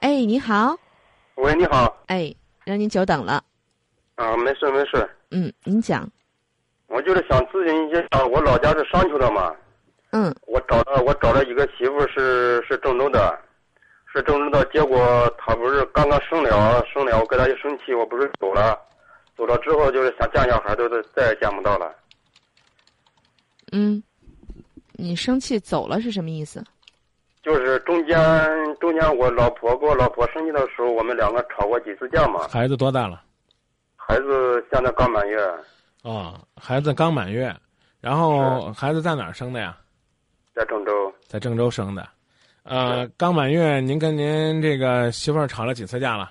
哎，你好，喂，你好。哎，让您久等了。啊，没事没事，嗯，您讲。我就是想咨询一下，我老家是商丘的嘛，嗯我找到我找了一个媳妇是是郑州的，是郑州的，结果她不是刚刚生了生了，我跟她一生气，我不是走了，走了之后就是想见小孩都是再也见不到了。嗯，你生气走了是什么意思？就是中间中间我老婆跟我老婆生气的时候，我们两个吵过几次架嘛。孩子多大了？孩子现在刚满月，啊、孩子刚满月，然后孩子在哪儿生的呀？在郑州，在郑州生的。呃，刚满月，您跟您这个媳妇儿吵了几次架了？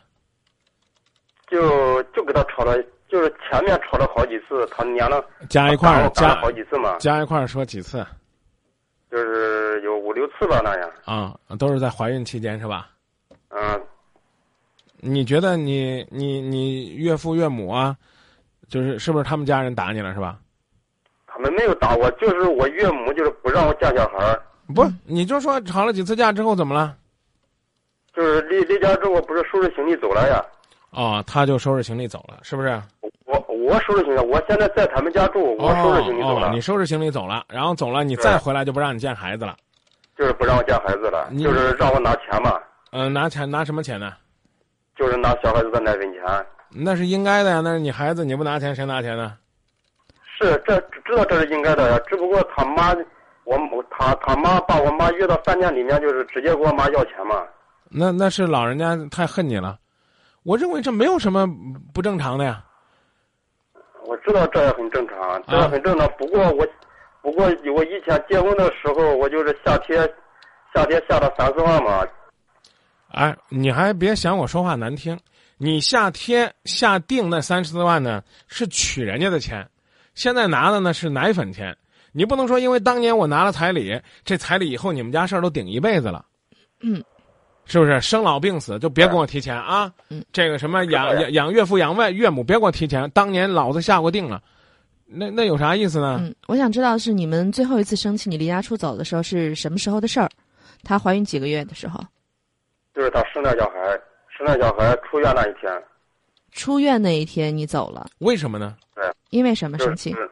就就跟他吵了，就是前面吵了好几次，他娘了。加一块打儿我啊打了加好几次嘛，加一块儿说几次就是有五六次吧那样。啊、都是在怀孕期间是吧？嗯，你觉得你你你岳父岳母啊，就是是不是他们家人打你了是吧？他们没有打我，就是我岳母就是不让我见小孩儿，不，你就说吵了几次架之后怎么了？就是离离家之后不是收拾行李走了呀。哦，他就收拾行李走了，是不是？我我收拾行李，我现在在他们家住，我收拾行李走哦了，哦，你收拾行李走了，然后走了，你对再回来就不让你见孩子了。就是不让我见孩子了，你就是让我拿钱嘛，嗯、拿钱拿什么钱呢？就是拿小孩子的奶粉钱。那是应该的呀，那是你孩子，你不拿钱谁拿钱呢？是，这知道这是应该的呀，只不过他妈，我母他他妈把我妈约到饭店里面，就是直接给我妈要钱嘛。那那是老人家太恨你了。我认为这没有什么不正常的呀。我知道这也很正常，啊啊这也很正常。不过我，不过我以前结婚的时候，我就是下贴，下贴下了三四万嘛。哎，你还别想我说话难听，你下贴下定那三十四万呢，是取人家的钱，现在拿的呢是奶粉钱。你不能说因为当年我拿了彩礼，这彩礼以后你们家事儿都顶一辈子了。嗯，是不是生老病死就别跟我提钱啊？嗯，这个什么养是的养养岳父养外岳母别给我提钱，当年老子下过定了，那那有啥意思啊呢？嗯，我想知道是你们最后一次生气，你离家出走的时候是什么时候的事儿？她怀孕几个月的时候，就是他生了小孩，生了小孩出院那一天，出院那一天你走了，为什么呢？因为什么就生是气？是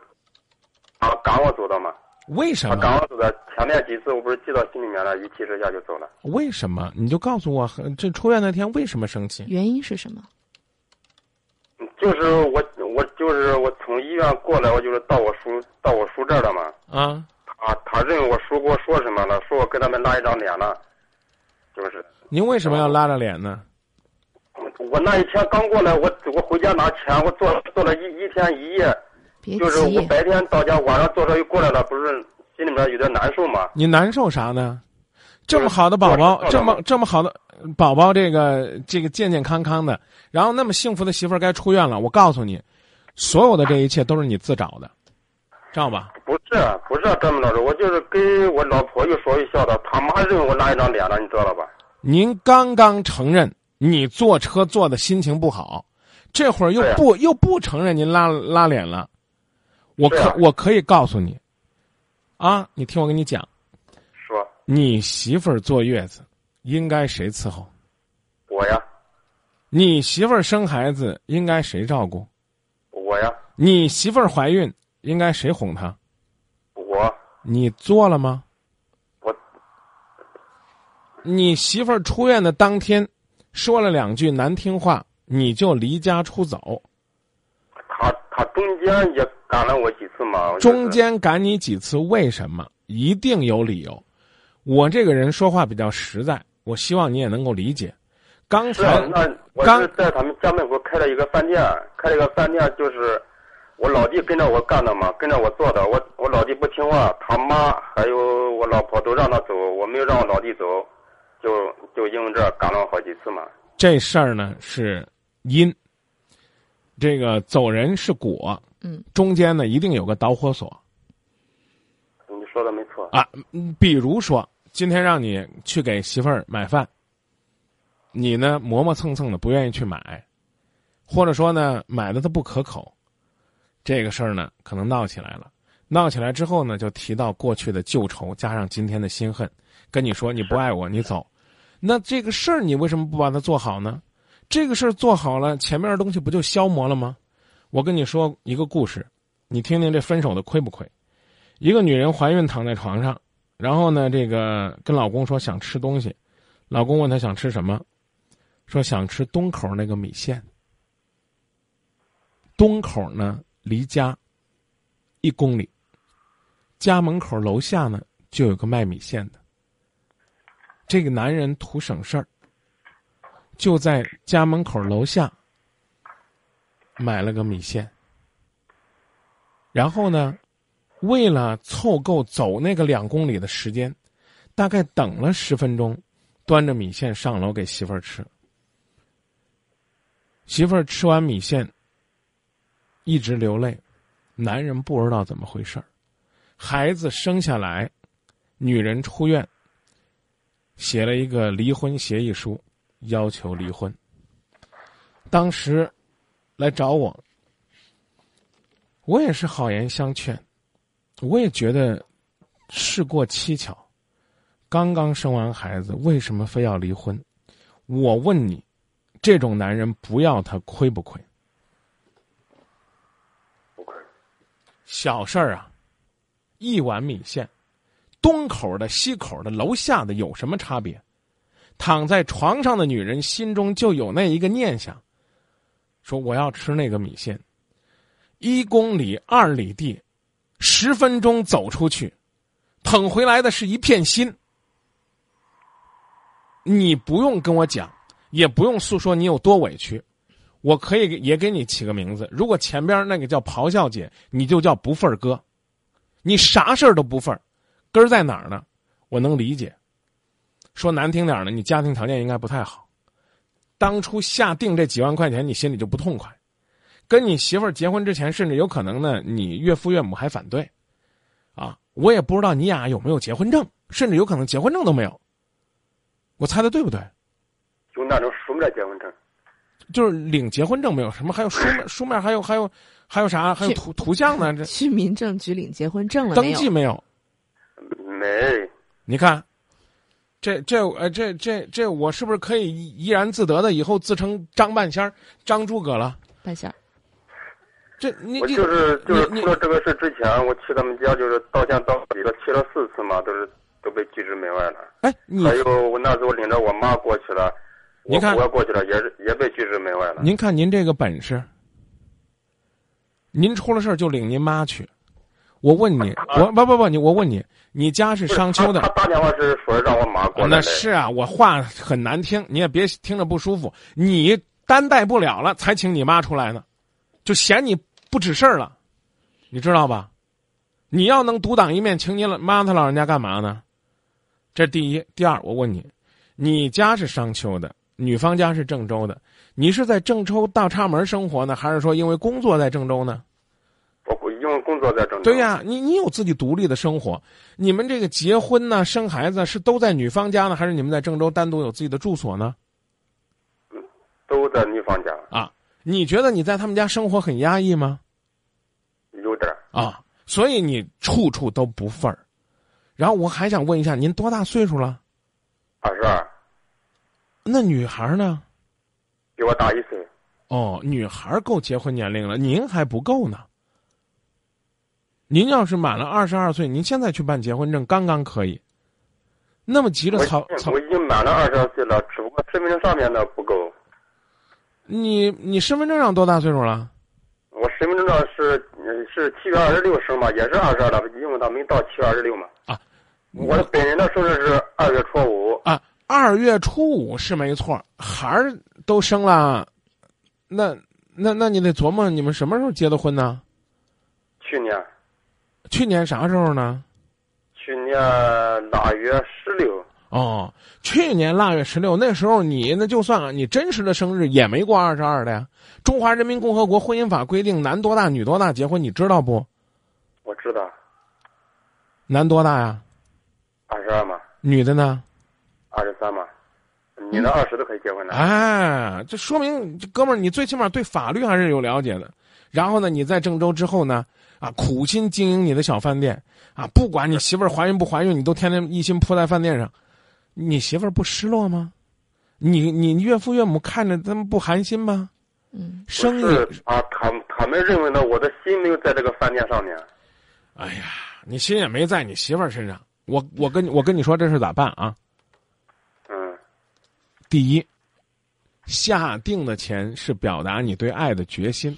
他赶我走的嘛，为什他赶么？我走的。前面几次我不是记到心里面了，一气之下就走了。为什么？你就告诉我，呃这出院那天为什么生气？原因是什么？嗯就是我我就是我从医院过来，我就是到我叔到我叔这儿了嘛。啊，他他认为我叔跟我说什么了，说我跟他们拉一张脸了，就是。您为什么要拉着脸呢？我那一天刚过来，我我回家拿钱，我做做了一一天一夜，别就是我急，白天到家，晚上坐车又过来了，不是心里面有点难受嘛？你难受啥呢？这就是么好的宝宝抱，着这抱么着这么好的宝宝，这个这个健健康康的，然后那么幸福的媳妇儿该出院了。我告诉你，所有的这一切都是你自找的，知道吧？不是不是，啊张明老师，我就是跟我老婆一说一笑的，他妈认为我拉一张脸了，你知道吧？您刚刚承认你坐车坐的心情不好，这会儿又对啊不又不承认您拉拉脸了，我对可、啊我可以告诉你，啊，你听我跟你讲，说你媳妇儿坐月子应该谁伺候？我呀，你媳妇儿生孩子应该谁照顾？我呀，你媳妇儿怀孕应该谁哄她？我你做了吗？我你媳妇儿出院的当天，说了两句难听话，你就离家出走。他他中间也赶了我几次嘛，我就是中间赶你几次？为什么？一定有理由。我这个人说话比较实在，我希望你也能够理解。刚是啊才，那我哎刚是在他们家门口开了一个饭店，开了一个饭店，就是我老弟跟着我干的嘛，跟着我做的。我我老弟不听话，他妈还有我老婆都让他走，我没有让我老弟走，就就因为这赶了我好几次嘛。这事儿呢是因，这个走人是果，嗯，中间呢一定有个导火索你说的没错，啊。嗯比如说，今天让你去给媳妇儿买饭，你呢磨磨蹭蹭的不愿意去买，或者说呢买的它不可口，这个事儿呢可能闹起来了。闹起来之后呢，就提到过去的旧仇，加上今天的新恨，跟你说你不爱我，你走。那这个事儿你为什么不把它做好呢？这个事儿做好了，前面的东西不就消磨了吗？我跟你说一个故事，你听听这分手的亏不亏？一个女人怀孕躺在床上，然后呢，这个跟老公说想吃东西，老公问她想吃什么，说想吃东口那个米线。东口呢离家一公里，家门口楼下呢就有个卖米线的。这个男人图省事儿，就在家门口楼下买了个米线，然后呢，为了凑够走那个两公里的时间，大概等了十分钟，端着米线上楼给媳妇儿吃。媳妇儿吃完米线，一直流泪，男人不知道怎么回事儿。孩子生下来，女人出院，写了一个离婚协议书，要求离婚。当时来找我，我也是好言相劝，我也觉得事过蹊跷，刚刚生完孩子，为什么非要离婚？我问你，这种男人不要他亏不亏？不亏。小事儿啊，一碗米线，东口的、西口的、楼下的有什么差别？躺在床上的女人心中就有那一个念想，说我要吃那个米线。一公里、二里地，十分钟走出去，捧回来的是一片心。你不用跟我讲，也不用诉说你有多委屈，我可以给也给你起个名字。如果前边那个叫咆哮姐，你就叫不份儿哥。你啥事儿都不份儿，根儿在哪儿呢？我能理解。说难听点儿呢，你家庭条件应该不太好，当初下定这几万块钱，你心里就不痛快。跟你媳妇儿结婚之前，甚至有可能呢，你岳父岳母还反对，啊，我也不知道你俩有没有结婚证，甚至有可能结婚证都没有。我猜的对不对？就那种什么叫结婚证？就是领结婚证没有什么，还有书面书面还有还有还有啥？还有是图图像呢？这去民政局领结婚证了没登有记？没有？没，你看，这这呃这这这，我是不是可以怡然自得的以后自称张半仙儿、张诸葛了？半仙儿，这你我你就是就是你出了这个事之前，我去他们家就是道歉到底了，去了四次嘛，都是都被拒之门外了。哎，你还有我那时候领着我妈过去了，我你看我过去了也是也被拒之门外了。您看您这个本事，您出了事儿就领您妈去。我问 你，我不不不，你我问你，你家是不是商丘的他，他打电话是说让我妈过来的。那是啊，我话很难听，你也别听着不舒服。你担待不了了，才请你妈出来呢，就嫌你不指事儿了，你知道吧？你要能独当一面，请你老妈她老人家干嘛呢？这第一，第二，我问你，你家是商丘的，女方家是郑州的，你是在郑州大岔门生活呢，还是说因为工作在郑州呢？我因为工作在郑州。对呀、你你有自己独立的生活，你们这个结婚呢、生孩子是都在女方家呢，还是你们在郑州单独有自己的住所呢？都在女方家，啊，你觉得你在他们家生活很压抑吗？有点儿啊，所以你处处都不份儿。然后我还想问一下，您多大岁数了？二十二，那女孩呢？比我大一岁。哦，女孩够结婚年龄了，您还不够呢。您要是满了二十二岁，您现在去办结婚证刚刚可以。那么急着我草已经草我，已经满了二十二岁了，只不过身份证上面的不够。你你身份证上多大岁数了？我身份证上是呃是七月二十六生嘛，也是二十二了，因为他没到七月二十六嘛。啊，我的本人的生日是二月初五，啊，二月初五是没错，孩儿都生了，那那那你得琢磨你们什么时候结的婚呢？去年去年啥时候呢？去年腊月十六，哦，去年腊月十六那时候你那就算啊，你真实的生日也没过二十二的呀。中华人民共和国婚姻法规定，男多大女多大结婚，你知道不？我知道男多大呀？二十二嘛，女的呢？二十三嘛，嗯你的二十都可以结婚了。哎，这说明这哥们儿，你最起码对法律还是有了解的。然后呢，你在郑州之后呢，啊，苦心经营你的小饭店啊，不管你媳妇儿怀孕不怀孕，你都天天一心扑在饭店上。你媳妇儿不失落吗？你你岳父岳母看着他们不寒心吗？嗯，生不你，是啊，他他们认为呢，我的心没有在这个饭店上面。哎呀，你心也没在你媳妇儿身上。我我跟你我跟你说这事咋办啊？嗯第一，下定的钱是表达你对爱的决心，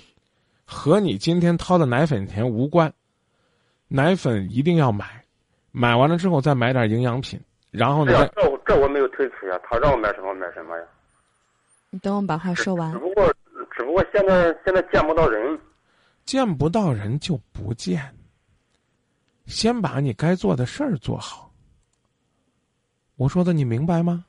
和你今天掏的奶粉钱无关。奶粉一定要买，买完了之后再买点营养品，然后对呢，哎呀、再这我这我没有推辞呀、他让我买什么买什么呀。你等我们把话说完啊只。不过只不过现在现在见不到人，见不到人就不见。先把你该做的事儿做好。我说的你明白吗？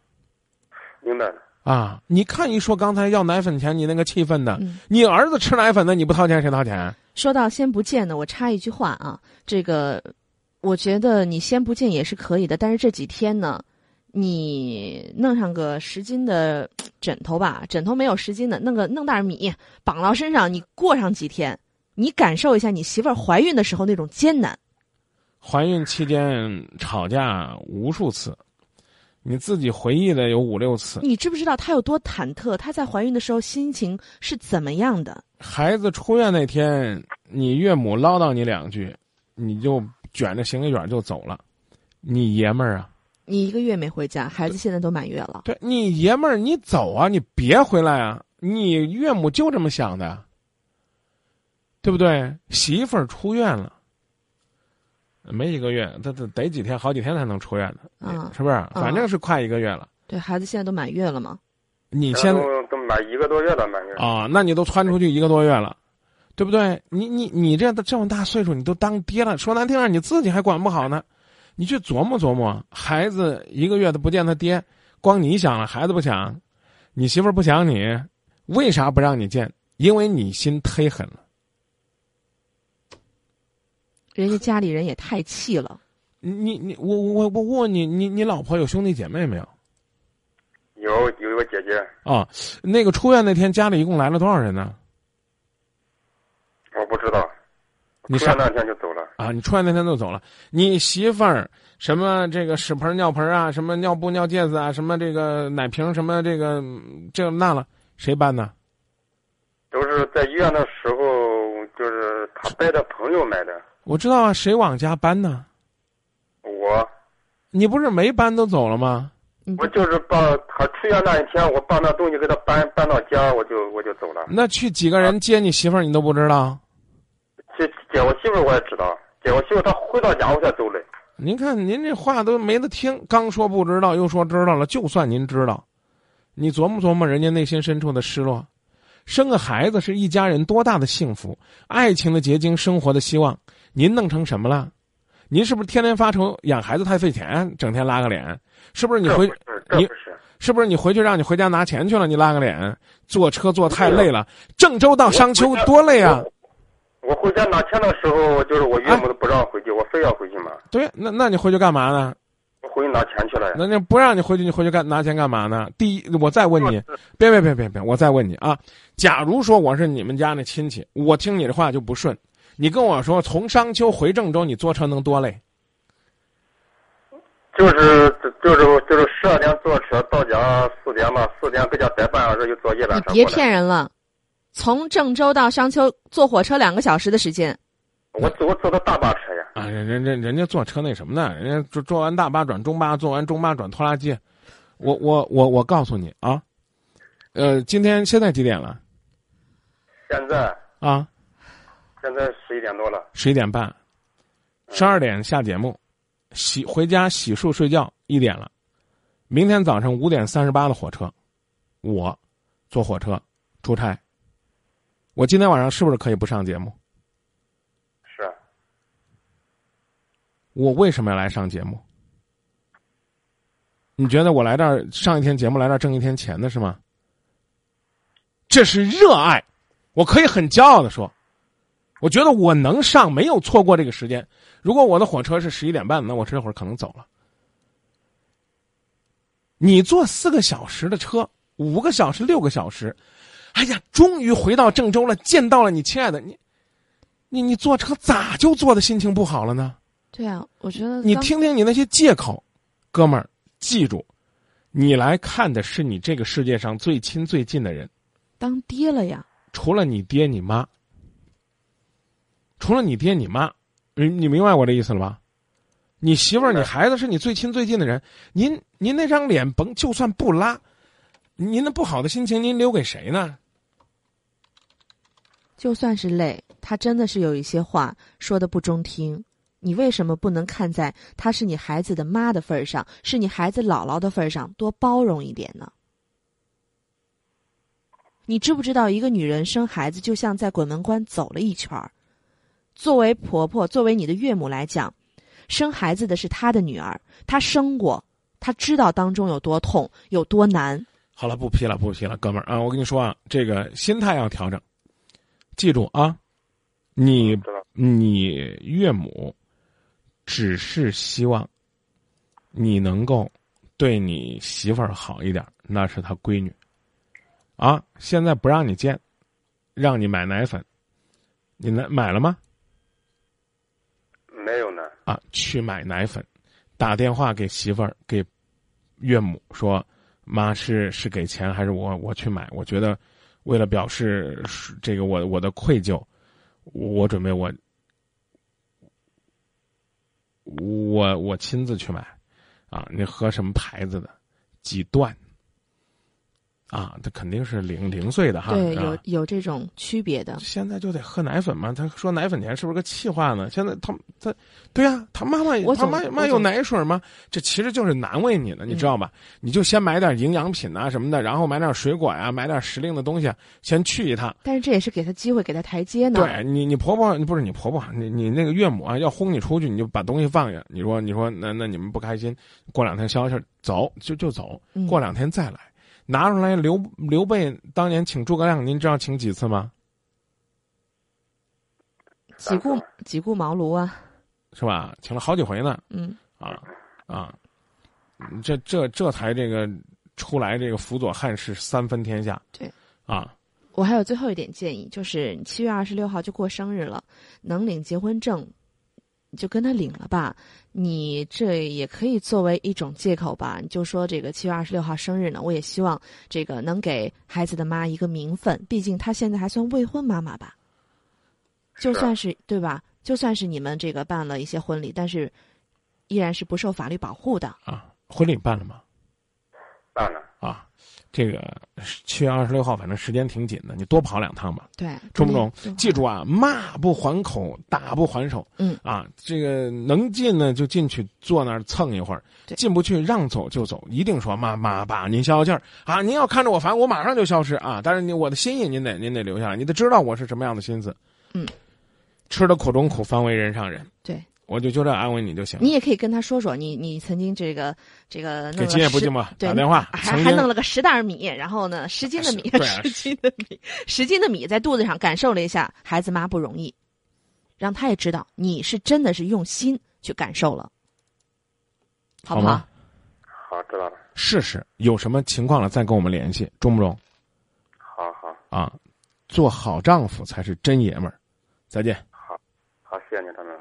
明白了。啊，你看一说刚才要奶粉钱，你那个气愤的，嗯你儿子吃奶粉的，你不掏钱谁掏钱？啊说到先不见呢，我插一句话啊，这个我觉得你先不见也是可以的，但是这几天呢，你弄上个十斤的呃枕头吧，枕头没有十斤的，弄个弄袋米绑到身上，你过上几天，你感受一下你媳妇儿怀孕的时候那种艰难。怀孕期间吵架无数次，你自己回忆了有五六次。你知不知道她有多忐忑？她在怀孕的时候心情是怎么样的？孩子出院那天，你岳母唠叨你两句，你就卷着行李卷就走了。你爷们儿啊，你一个月没回家，孩子现在都满月了。对你爷们儿，你走啊，你别回来啊！你岳母就这么想的，对不对？媳妇儿出院了，没一个月，他得得几天，好几天才能出院呢，嗯是不是？反正是快一个月了。对孩子现在都满月了嘛，你然现在后都满一个多月了，满月。啊、那你都窜出去一个多月了，对不对？你你你这这么大岁数，你都当爹了，说难听点，你自己还管不好呢。你去琢磨琢磨，孩子一个月都不见他爹，光你想了，孩子不想，你媳妇儿不想你，为啥不让你见？因为你心忒狠了。人家家里人也太气了。你你我我我问你，你你老婆有兄弟姐妹没有？有有一个姐姐，啊，那个出院那天家里一共来了多少人呢？我不知道，你出上院那天就走了。啊，你出来那天就走了，你媳妇儿什么这个屎盆尿盆啊，什么尿布尿介子啊，什么这个奶瓶什么这个嗯这那了，谁搬的？都是在医院的时候，就是他带的朋友买的。我知道啊，谁往家搬呢？我你不是没搬都走了吗？你我就是把他出院那一天，我把那东西给他搬搬到家，我就我就走了。那去几个人接你媳妇儿你都不知道？姐姐我媳妇儿我也知道，姐我媳妇儿她回到家我才走嘞。您看您这话都没得听，刚说不知道又说知道了，就算您知道，你琢磨琢磨人家内心深处的失落。生个孩子是一家人多大的幸福，爱情的结晶，生活的希望。您弄成什么了？您是不是天天发愁养孩子太费钱，整天拉个脸？是不是你这不回是，这你不是。是不是你回去让你回家拿钱去了？你拉个脸，坐车坐太累了。郑州到商丘多累啊！我回家拿钱的时候，就是我岳母都不让回去，我非要回去嘛。对，那那你回去干嘛呢？我回去拿钱去了呀。那那不让你回去，你回去干拿钱干嘛呢？第一，我再问你，别别别别别，我再问你啊！假如说我是你们家那亲戚，我听你的话就不顺。你跟我说从商丘回郑州，你坐车能多累？就是就是就是十二点坐车到家四点嘛，四点搁家待半小时就坐夜班你车别过来。骗人了，从郑州到商丘坐火车两个小时的时间，我坐我坐的大巴车呀，啊，人人人人家坐车那什么呢？人家坐坐完大巴转中巴，坐完中巴转拖拉机。我我我我告诉你啊，呃，今天现在几点了现在啊？现在十一点多了。十一点半，十二点下节目，洗回家洗漱睡觉一点了，明天早上五点三十八的火车，我坐火车出差。我今天晚上是不是可以不上节目？是，啊我为什么要来上节目？你觉得我来这儿上一天节目，来这儿挣一天钱的是吗？这是热爱，我可以很骄傲的说，我觉得我能上，没有错过这个时间。如果我的火车是十一点半，那我这会儿可能走了。你坐四个小时的车，五个小时、六个小时，哎呀，终于回到郑州了，见到了你亲爱的你，你你坐车咋就坐的心情不好了呢？对啊，我觉得你听听你那些借口，哥们儿，记住，你来看的是你这个世界上最亲最近的人，当爹了呀，除了你爹你妈，除了你爹你妈，你你明白我这意思了吧？你媳妇儿、明白你孩子是你最亲最近的人，您您那张脸甭就算不拉，您那不好的心情您留给谁呢？就算是累，他真的是有一些话说的不中听。你为什么不能看在她是你孩子的妈的份儿上，是你孩子姥姥的份儿上，多包容一点呢？你知不知道，一个女人生孩子就像在鬼门关走了一圈儿。作为婆婆，作为你的岳母来讲，生孩子的是她的女儿，她生过，她知道当中有多痛，有多难。好了，不批了，不批了，哥们儿啊！我跟你说啊，这个心态要调整，记住啊，你知道？你岳母只是希望你能够对你媳妇儿好一点，那是她闺女啊。现在不让你见，让你买奶粉，你买买了吗？没有呢，啊，去买奶粉，打电话给媳妇儿给岳母说，妈是是给钱还是我我去买？我觉得为了表示是这个我我的愧疚，我准备我我我亲自去买啊！你喝什么牌子的？几段？啊，这肯定是零零碎的哈。对，啊有有这种区别的。现在就得喝奶粉嘛。他说奶粉钱是不是个气话呢？现在他他，对呀、他妈妈我他总妈我妈有总嗯奶水吗？这其实就是难为你呢，你知道吧？你就先买点营养品啊什么的，然后买点水果呀、买点时令的东西啊，先去一趟。但是这也是给她机会，给她台阶呢。对你，你婆婆不是你婆婆，你你那个岳母啊，要轰你出去，你就把东西放下。你说你说那那你们不开心，过两天消消气儿，走就就走，嗯过两天再来。拿出来刘刘备当年请诸葛亮，您知道请几次吗？几顾几顾茅庐啊，是吧？请了好几回呢。嗯，啊啊，嗯这这这才这个出来这个辅佐汉室三分天下。对啊，我还有最后一点建议，就是你七月二十六号就过生日了，能领结婚证，你就跟他领了吧。你这也可以作为一种借口吧，你就说这个七月二十六号生日呢，我也希望这个能给孩子的妈一个名分，毕竟她现在还算未婚妈妈吧。就算是对吧？就算是你们这个办了一些婚礼，但是依然是不受法律保护的。啊，婚礼办了吗？办了。啊，这个七月二十六号，反正时间挺紧的，你多跑两趟吧。对，中不中对？记住啊，骂不还口，打不还手。嗯啊，这个能进呢就进去，坐那儿蹭一会儿对；进不去让走就走，一定说妈妈爸，您消消气儿啊！您要看着我烦，我马上就消失啊！但是你我的心意您得您得留下来，你得知道我是什么样的心思。嗯，吃的苦中苦，方为人上人。对，我就就这安慰你就行了。你也可以跟他说说，你你曾经这个这个弄给了今夜不十寂寞对打电话，还曾还经弄了个十袋儿米，然后呢，十斤的米，是对啊 十斤的米，十斤的米在肚子上感受了一下，孩子妈不容易，让他也知道你是真的是用心去感受了，好不好吗？好，知道了。试试有什么情况了再跟我们联系，中不中？好好啊，做好丈夫才是真爷们儿。再见。好，谢谢您，张明。